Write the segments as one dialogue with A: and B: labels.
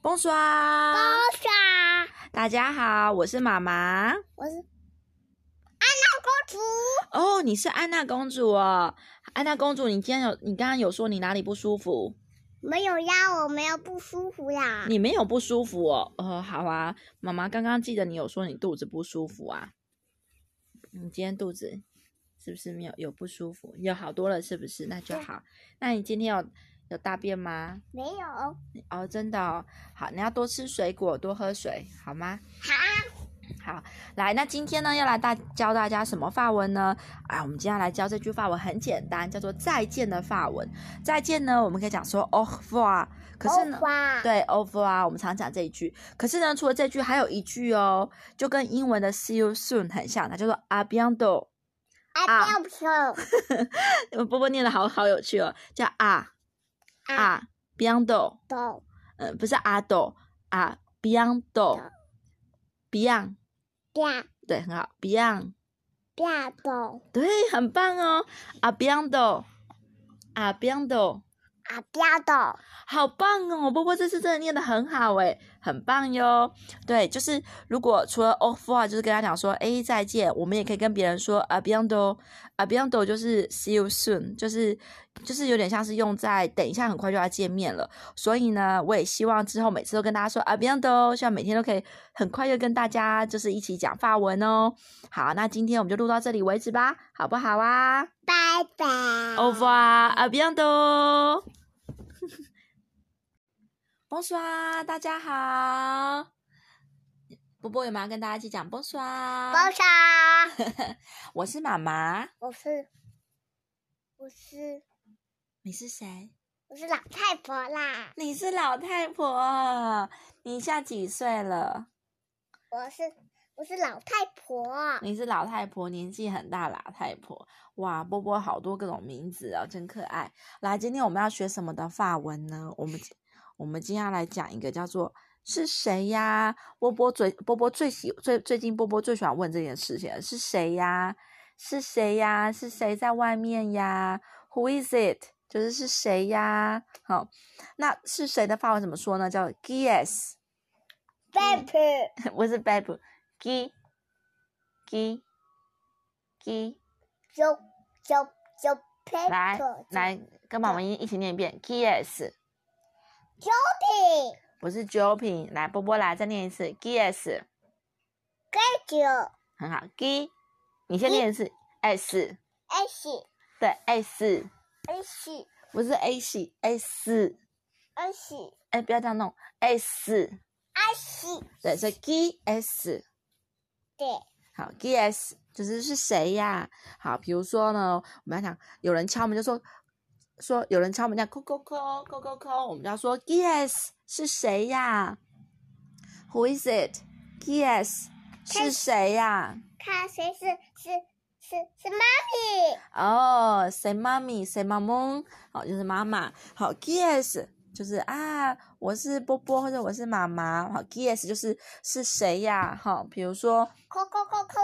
A: 蹦刷，
B: 多耍，
A: 大家好，我是妈妈。
B: 我是安娜公主。
A: 哦，你是安娜公主哦，安娜公主，你今天有，你刚刚有说你哪里不舒服？
B: 没有呀，我没有不舒服呀。
A: 你没有不舒服哦？呃，好啊，妈妈刚刚记得你有说你肚子不舒服啊。你今天肚子是不是没有有不舒服？有好多了是不是？那就
B: 对
A: 好。那你今天有有大便吗？
B: 没有。好，
A: 哦，真的哦。好，你要多吃水果，多喝水，好吗？好，来，那今天呢要来大教大家什么法文呢？啊，我们今天要来教这句法文很简单，叫做再见的法文。再见呢，我们可以讲说 au revoir，可是呢。
B: 花，
A: 对，over 啊，我们常讲这一句。可是呢，除了这句，还有一句哦，就跟英文的 see you soon 很像，它叫做 a b i a n t o 啊
B: 啊，不要不
A: 波波念的好好有趣哦，叫 a
B: 啊，
A: a b i a n t o
B: 懂
A: 呃，不是啊 a do a b i a n t o b i a n
B: 呀，
A: 对，很好 b i a n
B: 呀懂
A: 对，很棒哦 a b i a n t o a b i a n t o
B: 啊，不要懂。
A: 好棒哦！波波这次真的念得很好诶，很棒哟。对，就是如果除了 off 啊，就是跟他讲说，诶，再见，我们也可以跟别人说 a b i a n d o a b i a n d o 就是 see you soon，就是就是有点像是用在等一下很快就要见面了。所以呢，我也希望之后每次都跟大家说 a b i a n d o 希望每天都可以很快就跟大家就是一起讲法文哦。好，那今天我们就录到这里为止吧，好不好啊
B: 拜拜。
A: ？Over a b i a n d o 蹦刷，大家好。波波有没有要跟大家一起讲蹦刷？
B: 包莎，
A: 我是妈妈，
B: 我是，我是，
A: 你是谁？
B: 我是老太婆啦。
A: 你是老太婆，你现在几岁了？
B: 我是，我是老太婆。
A: 你是老太婆，年纪很大，老太婆。哇，波波好多各种名字哦，真可爱。来，今天我们要学什么的法文呢？我们我们今天要来讲一个叫做“是谁呀”。波波最波波最喜最最近波波最喜欢问这件事情了，是谁呀？是谁呀？是谁在外面呀？Who is it？就是是谁呀？好，那是谁的法文怎么说呢？叫 g u e s
B: Baby，
A: 不是 babe g g g。
B: 就就就 paper，
A: 来来，跟妈妈一一起念一遍 g s 不是 j o p i n 来波波来再念一次 g s
B: 九
A: 很好 g，你先念一次 s，
B: 二十
A: 对 s，
B: 二十
A: 不是 s s，
B: 二十
A: 哎不要这样弄 s，
B: 二十，
A: 对是 g s，
B: 对，
A: 好 g s 就是是谁呀？好，比如说呢，我们要讲有人敲门就说说有人敲门叫 co co co co co co，我们就要说 g s 是谁呀？Who is it? g s 是谁呀？
B: 看谁是是是是妈咪，
A: 哦，say mommy say mom，哦，就是妈妈。好，guess 就是啊，我是波波或者我是妈妈。好，guess 就是是谁呀？好，比如说
B: 扣扣扣扣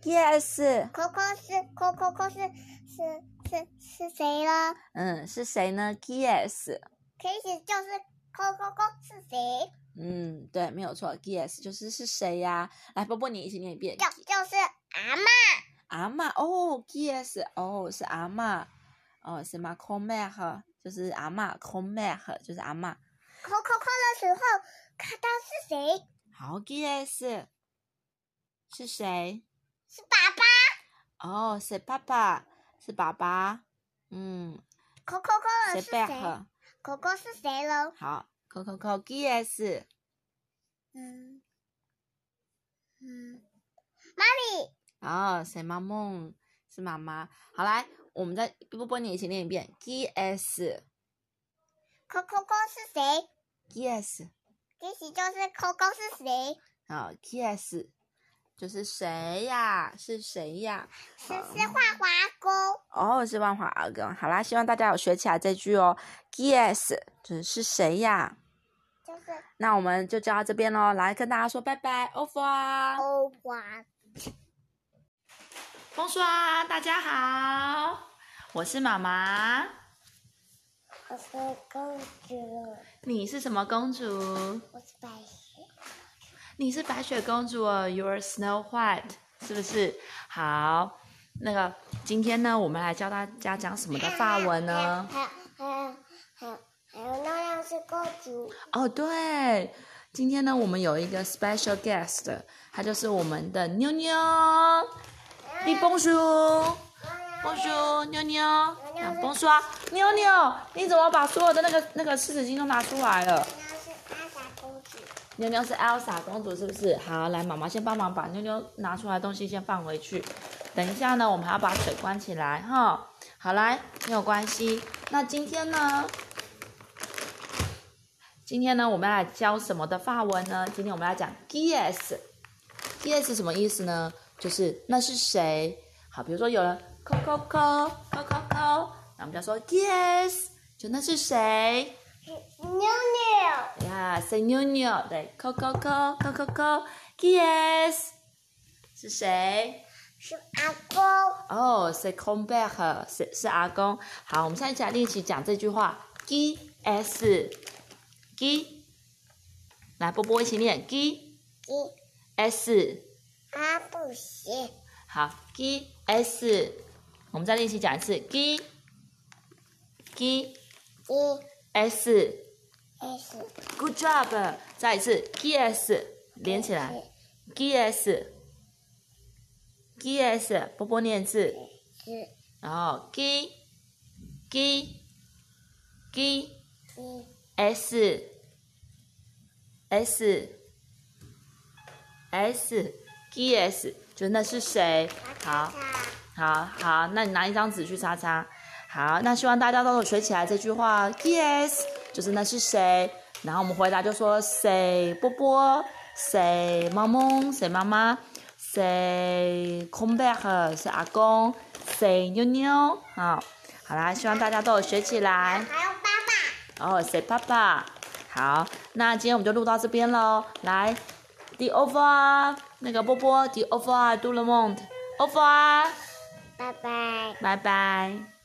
A: guess，
B: 扣扣是扣扣扣是是是是谁了？
A: 嗯，是谁呢？guess，
B: 可以就是扣扣扣是谁？
A: 嗯，对，没有错，guess 就是是谁呀？来，波波你一起念一遍
B: 就，就是阿妈，
A: 阿妈哦，guess 哦是阿妈，哦什么 c o m e r 就是阿妈 c o m e r 就是阿妈。
B: 扣扣扣的时候看到是谁？
A: 好，guess 是谁？
B: 是爸爸。
A: 哦，是爸爸，是爸爸，嗯，
B: 扣扣扣
A: 是
B: 的
A: 贝
B: 哦是谁？
A: 克，
B: 扣扣是谁了？
A: 好，扣扣扣 g s
B: 嗯嗯，妈咪。
A: 哦，是妈梦，是妈妈，好来，我们再波波你一起念一遍 g s
B: 扣扣扣是谁？
A: g s
B: 也许就是扣扣是谁？
A: 好 g s 就是谁呀？是谁呀？
B: 是
A: 好
B: 是画画勾，
A: 哦，是万华阿公。好啦，希望大家有学起来这句哦 g s 就是是谁呀？
B: 就是
A: 那我们就教到这边喽，来跟大家说拜拜，over 啊。
B: 欧华。
A: 风刷，大家好，我是妈妈，
B: 我是公主，
A: 你是什么公主？
B: 我是白雪。
A: 你是白雪公主哦，You're Snow White，是不是？好，那个今天呢，我们来教大家讲什么的法文呢？
B: 还有还有还有还有那亮是公主，
A: 哦，对，今天呢，我们有一个 special guest，她就是我们的妞妞，你蹦叔，蹦叔，妞妞，啊蹦叔啊，妞妞，你怎么把所有的那个那个湿纸巾都拿出来了？
B: 那亮是阿
A: 妞妞
B: 莎公主。
A: 是 Elsa 公主是不是？好，来，妈妈先帮忙把妞妞拿出来的东西先放回去。等一下呢，我们还要把水关起来哈。好，来，没有关系。那今天呢？今天呢，我们要来教什么的法文呢？今天我们要讲 guess。guess 是什么意思呢？就是那是谁？好，比如说有人 co co co co co co，那我们就说 guess，就那是谁？
B: 妞妞，
A: 呀，say 妞妞，对，co co co co co co，yes，是谁？
B: 是阿公，
A: 哦、s a y c o m b a c 是是阿公。好，我们现在一起来练习讲这句话，gs g，来，波波一起念 gs，
B: 一阿不行，
A: 好 gs，我们再练习讲一次 gs，good
B: 一 S
A: job，再一次 gs，连起来。gs gs 波波念字，
B: 是
A: 然后 g g g
B: 一
A: s s s gs 就是那是谁？好，好，好，那你拿一张纸去擦擦。好，那希望大家都有学起来这句话，gs 就是那是谁。然后我们回答就说谁波波，谁萌萌，谁妈妈，谁空贝克，是阿公，谁妞妞。好，好啦，希望大家都有学起来。
B: 还有爸爸，
A: 哦，谁爸爸？好，那今天我们就录到这边喽。来，the over，那个波波，the over，do the mont，over，
B: 拜拜。
A: 拜拜。